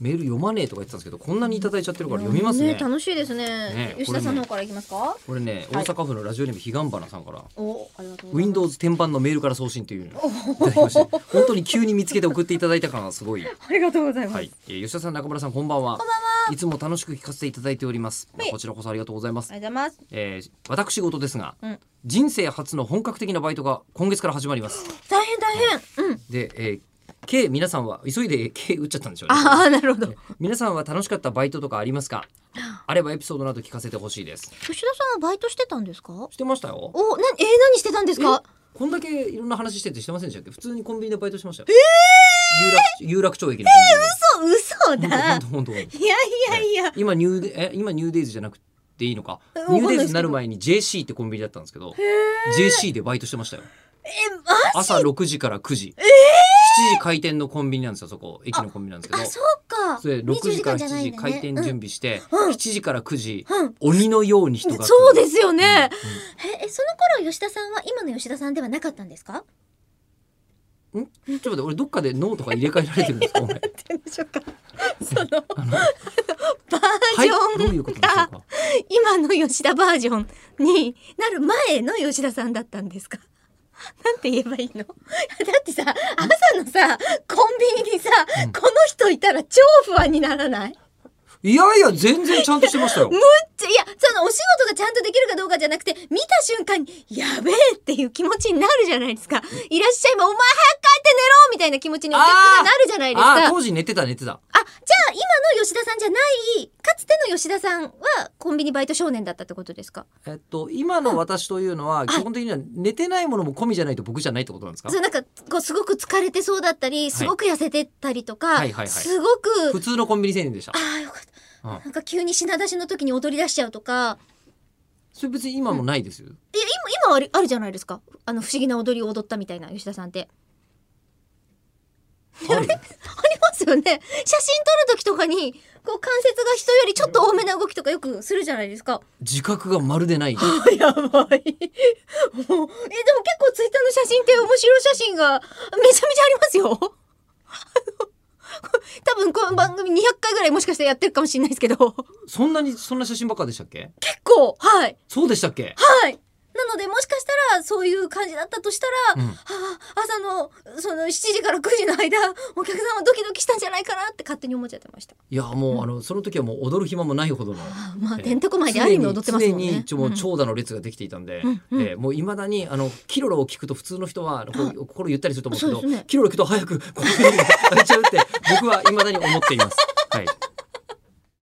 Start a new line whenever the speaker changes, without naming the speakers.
メール読まねえとか言ってたんですけどこんなにいただいちゃってるから読みますね
楽しいですね
ね
吉田さんの方からいきますか、
これね
は
大
い
阪府のラジオネームひがんばなさんから
おありがとうございます
Windows 天板のメールから送信というのをいただきまして本当に急に見つけて送っていただいた感がす ごい
ありがとうございます、
はい、えー、吉田さん中村さんこんばんはいつも楽しく聞かせていただいております、まあ
はい
こちらこそありがとうございます
ありがとうございます
えー、私事ですが、
うん
人生初の本格的なバイトが今月から始まります
大変大変うん
で、えー K 皆さんは急いで K 打っちゃったんでしょうね
ああなるほど
皆さんは楽しかったバイトとかありますかあればエピソードなど聞かせてほしいです
吉田さんはバイトしてたんですかお
してましたよ
なえー、何してたんですか
こんだけいろんな話しててしてませんでしたっけ普通にコンビニでバイトしてましたよ有楽有楽町駅の
嘘嘘
コンビニで
だ
ほんとほんとほんとほんと
いやいやいや
今ニューデえ今ニューデイズじゃなくていいのか
えわかん
ニュー
な
デ
いです
イズ
けど
になる前に JC ってコンビニだったんですけど JC でバイトしてましたよ
え
朝6時から9時、7時開店のコンビニなんですよそこ駅のコンビニなんですけ
ま
ど
あそうか
それ6時から7時開店準備して、7時から9時、鬼のように人が来る
そうですよね、
うんうん
ええその頃吉田さんは今の吉田さんではなかったんで すか
んちょっと待って俺どっかで脳とか入れ替えられてるんですかお前
何でしょうかその
あの
バー
はい
ジ
どうい
ョ
う
ン
ことでしょう
が
か
今の吉田バージョンになる前の吉田さんだったんですか なんて言えばいいの だってさ朝のさコンビニにさ、
うん
この人いたら超不安にならない
いやいや全然ちゃんとしてましたよ
ちょいやそのお仕事がちゃんとできるかどうかじゃなくて見た瞬間にやべえっていう気持ちになるじゃないですかいらっしゃいばお前早く帰って寝ろみたいな気持ちにお客さんがなるじゃないですか
ああ当時寝てた寝てた
あ、じゃあ今の吉田さんじゃない、かつての吉田さんはコンビニバイト少年だったってことですか
えっと今の私というのは基本的には寝てないものも込みじゃないと僕じゃないってことなんですか
そうなんか、こう、すごく疲れてそうだったり、すごく痩せてたりとか、
はいはいはい
すごく、
普通のコンビニ青年でした
ああ、よかった。
うん
なんか急に品出しの時に踊り出しちゃうとか、
それ別に今もないですよ
いや、今、今ある、あるじゃないですか。あの、不思議な踊りを踊ったみたいな吉田さん って。
ある
ありますよね。写真撮る時とかに、こう、関節が人よりちょっと多めな動きとかよくするじゃないですか。
自覚がまるで ない
やばい。もうえ、でも結構ツイッターの写真って面白い写真がめちゃめちゃありますよ。あ のこ多分この番組200回ぐらいもしかしたらやってるかもしれないですけど、結
そんなにそんな写真ばっかでしたっけ
構、はい、
そうでしたっけ
はい。なのでもしかしたらそういう感じだったとしたら、
うん
はあ朝のその7時から9時の間、お客さんはドキドキしたんじゃないかなって勝手に思っちゃってました。
いやもうあのその時はもう踊る暇もないほどの
あまあ、
えー
てんてこまいである意味踊ってますもん
常
ね。
に常に一応もう
うん
長蛇の列ができていたんで、
うんうん
えーもういまだにあのキロロを聞くと普通の人はこう心ゆったりすると思うんですけ
そう
ど
ですね
キロロ聞くと早くここに開いちゃうって僕はいまだに思っています。はい、